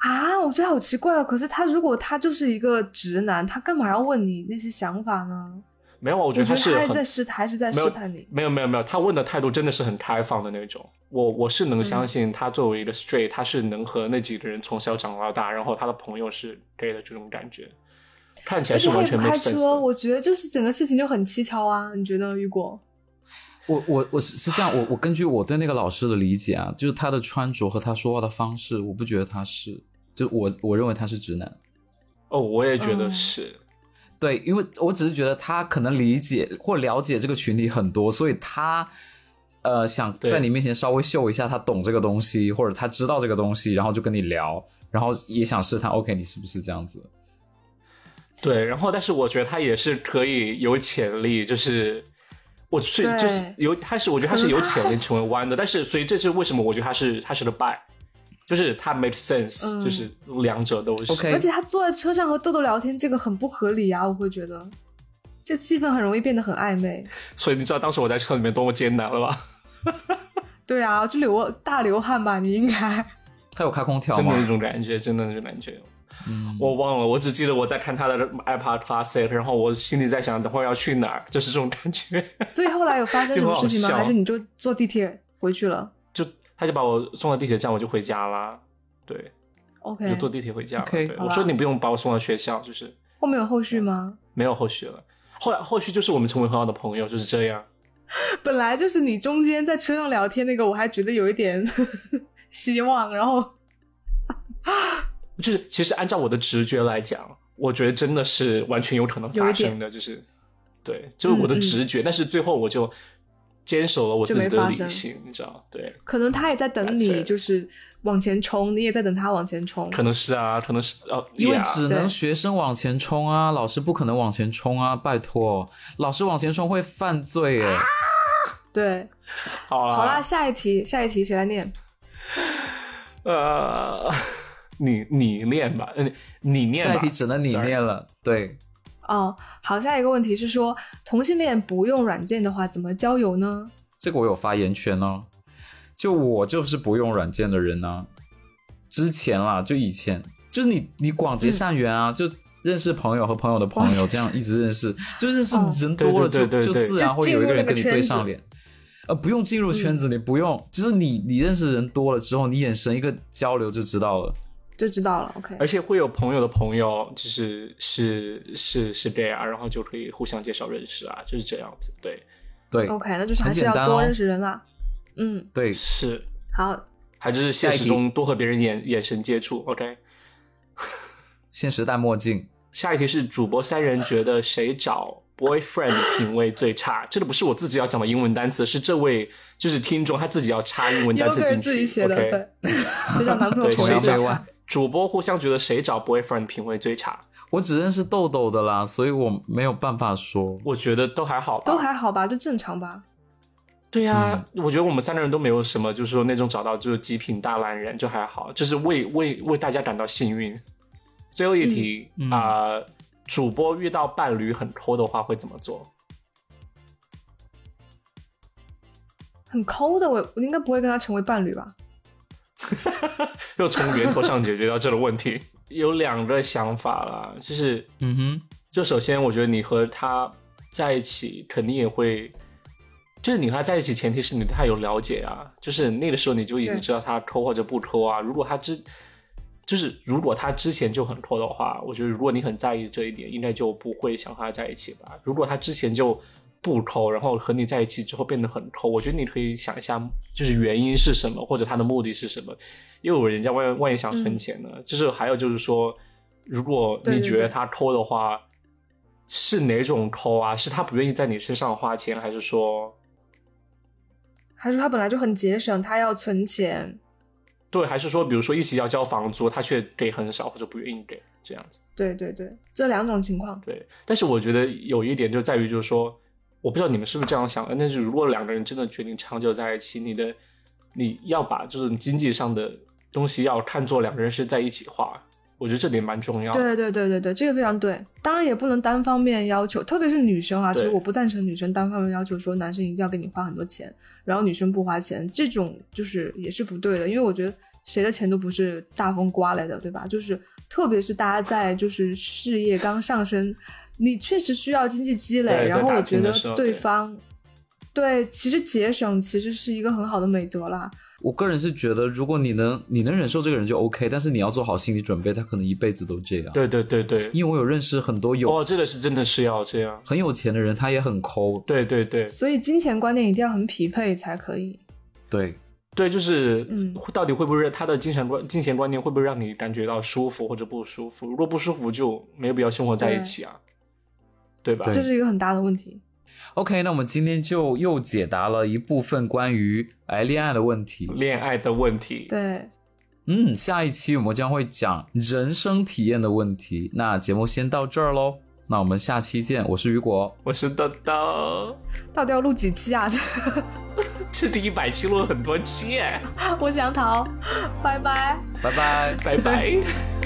S3: 啊，我觉得好奇怪哦。可是他如果他就是一个直男，他干嘛要问你那些想法呢？
S2: 没有啊，我
S3: 我
S2: 觉得他是
S3: 还
S2: 很
S3: 在试，还是在
S2: 没有
S3: 试探你。
S2: 没有没有没有，他问的态度真的是很开放的那种。我我是能
S3: 嗯
S2: 相信他作为一个 straight，他是能和那几个人从小长到大，然后他的朋友是 gay 的这种感觉，看起来
S3: 而
S2: 是
S3: 且他
S2: 完
S3: 也
S2: 全
S3: 不
S2: make
S3: 开
S2: sense
S3: 车，
S2: 的。
S3: 我觉得就是整个事情就很蹊跷啊。你觉得呢，雨果？
S1: 我我我是是这样，我我根据我对那个老师的理解啊，就是他的穿着和他说话的方式，我不觉得他是，就我我认为他是直男。
S2: 哦，我也觉
S3: 嗯
S2: 得是。
S1: 对，因为我只是觉得他可能理解或了解这个群体很多，所以他呃想
S2: 对
S1: 在你面前稍微秀一下他懂这个东西，或者他知道这个东西，然后就跟你聊，然后也想试探，OK，你是不是这样子？
S2: 对，然后但是我觉得他也是可以有潜力，就是我是
S3: 对
S2: 就是有他是我觉得他是有潜力 成为弯的，但是所以这是为什么我觉得他是他是个 by，就是他 make sense，、
S3: 嗯
S2: 就是两者都是。
S1: OK
S3: 而且他坐在车上和豆豆聊天，这个很不合理啊，我会觉得，这气氛很容易变得很暧昧。
S2: 所以你知道当时我在车里面多么艰难了吧？
S3: 对啊，就流大流汗吧，你应该。
S1: 他有开空调
S2: 真的
S1: 吗？
S2: 那种感觉，真的那种感觉。
S1: 嗯
S2: 我忘了，我只记得我在看他的 iPad Classic，然后我心里在想，等会儿要去哪儿，就是这种感觉。
S3: 所以后来有发生什么事情
S2: 就很
S3: 吗？
S2: 好笑
S3: 还是你就坐地铁回去了
S2: 就他就把我送到地铁站，我就回家啦。对，我
S3: ？OK，
S2: 就坐地铁回家了。
S1: OK
S2: 对，
S3: 好
S2: 我
S3: 吧
S2: 说你不用把我送到学校，就是
S3: 后面有后续吗？
S2: 没有后续了。后来后续就是我们成为很好的朋友，就是这样。
S3: 本来就是你中间在车上聊天那个，我还觉得有一点 希望，然后
S2: 就是其实按照我的直觉来讲，我觉得真的是完全有可能发生的，就是对，就是我的
S3: 嗯嗯
S2: 直觉。但是最后我就坚守了我自己
S3: 就没
S2: 的
S3: 发
S2: 理
S3: 生
S2: 性，你知道？对，
S3: 可能他也在等
S2: That's
S3: 你，
S2: it
S3: 就是往前冲，你也在等他往前冲。
S2: 可能是啊，可能是哦，
S1: 因为
S2: yeah
S1: 只能学生往前冲啊，老师不可能往前冲啊！拜托，老师往前冲会犯罪
S2: 啊
S1: 哎、
S3: 对，
S2: 好啦，
S3: 好啦，下一题，下一题谁来念？
S2: 呃， 你你念吧，嗯，你念吧。
S1: 下一题只能你
S2: Sorry
S1: 念了。对，
S3: 哦，好，下一个问题是说，同性恋不用软件的话，怎么交友呢？
S1: 这个我有发言权哦。就我就是不用软件的人啊，之前啦，就以前，就是你你广结善缘啊，就认识朋友和朋友的朋友，
S3: 嗯广结
S1: 这样一直认识，就认识
S3: 哦
S1: 人多了，
S2: 对对对
S1: 就
S2: 对对
S1: 就自然
S3: 就
S1: 会
S3: 进入
S1: 有一个人
S3: 那个
S1: 跟你对
S3: 圈子嗯
S1: 上脸。呃，不用进入圈子里，不用，就是你你认识人多了之后，你眼神一个交流就知道了。
S3: 就知道了。OK，
S2: 而且会有朋友的朋友，就是是是是这样，然后就可以互相介绍认识啊，就是这样子。对，
S1: 对
S3: OK，那就是还
S1: 很
S3: 是
S1: 简
S3: 要
S1: 单
S3: 多
S1: 哦
S3: 认识人啦。嗯，
S1: 对，
S2: 是，
S3: 好，
S2: 还就是现
S1: 下
S2: 实
S1: 一题
S2: 中多和别人眼眼神接触。OK，
S1: 现实戴墨镜，
S2: 下一题是主播三人觉得谁找 boyfriend 的品味最差？这个不是我自己要讲的英文单词，是这位就是听众他自己要插英文
S3: 有
S2: 单词
S3: 个
S2: 进
S3: 人
S2: 去。
S3: 自己写的
S2: OK
S3: 对， 谁找男朋友
S2: 对
S3: 从
S1: 谁
S2: 谁
S3: 来不
S1: 找
S2: 找
S3: 查。
S2: 主播互相觉得谁找 boyfriend 品味最差，
S1: 我只认识豆豆的啦，所以我没有办法说。
S2: 我觉得都还好吧，
S3: 都还好吧，就正常吧。
S2: 对呀、
S1: 嗯
S2: 我觉得我们三个人都没有什么，就是说那种找到就是极品大烂人就还好，就是为为为大家感到幸运。最后一题
S1: 嗯嗯
S2: 啊、呃主播遇到伴侣很抠的话会怎么做？
S3: 很抠的，我我应该不会跟他成为伴侣吧？
S2: 又从源头上解决掉这个问题，有两个想法啦，就是
S1: 嗯哼，
S2: 就首先，我觉得你和他在一起，肯定也会，就是你和他在一起，前提是你对他有了解啊，就是那个时候你就已经
S3: 对
S2: 知道他抠或者不抠啊。如果他之，就是如果他之前就很抠的话，我觉得如果你很在意这一点，应该就不会想和他在一起吧。如果他之前就不抠，然后和你在一起之后变得很抠，我觉得你可以想一下，就是原因是什么，或者他的目的是什么。因为人家万一万一想存钱呢，就是还有就是说，如果
S3: 对
S2: 你
S3: 对
S2: 觉得
S3: 对
S2: 他抠的话，是哪种抠啊？是他不愿意在你身上花钱，还是说
S3: 还是说他本来就很节省，他要存钱？
S2: 对，还是说比如说一起要交房租，他却给很少或者不愿意给这样子？
S3: 对对对，这两种情况。
S2: 对，但是我觉得有一点就在于就是说，我不知道你们是不是这样想的，但是如果两个人真的决定长久在一起，你的你要把这种经济上的东西要看作两个人是在一起花，我觉得这点蛮重要的。
S3: 对对对对对，这个非常对。当然也不能单方面要求，特别是女生啊，其
S2: 对
S3: 实我不赞成女生单方面要求说男生一定要给你花很多钱，然后女生不花钱，这种就是也是不对的，因为我觉得谁的钱都不是大风刮来的，对吧？就是特别是大家在就是事业刚上升，你确实需要经济积累，
S2: 对
S3: 然
S2: 在
S3: 后
S2: 打
S3: 我
S2: 拼
S3: 觉
S2: 的
S3: 得
S2: 时候对
S3: 对方对，其实节省其实是一个很好的美德啦。
S1: 我个人是觉得，如果你能你能忍受这个人就 OK，但是你要做好心理准备，他可能一辈子都这样。
S2: 对对对对，
S1: 因为我有认识很多有、
S2: 哦，这个是真的是要这样，
S1: 很有钱的人，他也很抠。
S2: 对对对
S3: 所以金钱观念一定要很匹配才可以。
S1: 对，
S2: 对，就是
S3: 嗯
S2: 到底会不会让他的金钱观金钱观念会不会让你感觉到舒服或者不舒服？如果不舒服，就没有必要生活在一起啊，对吧？
S1: 对
S3: 这是一个很大的问题。
S1: OK，那我们今天就又解答了一部分关于哎恋爱的问题。
S2: 恋爱的问题，
S3: 对，
S1: 嗯，下一期我们将会讲人生体验的问题。那节目先到这儿喽，那我们下期见。我是雨果，
S2: 我是豆豆，
S3: 到底要录几期啊？
S2: 这第一百期录了很多期耶，
S3: 我想逃，拜拜。
S1: 拜拜。
S2: 拜拜。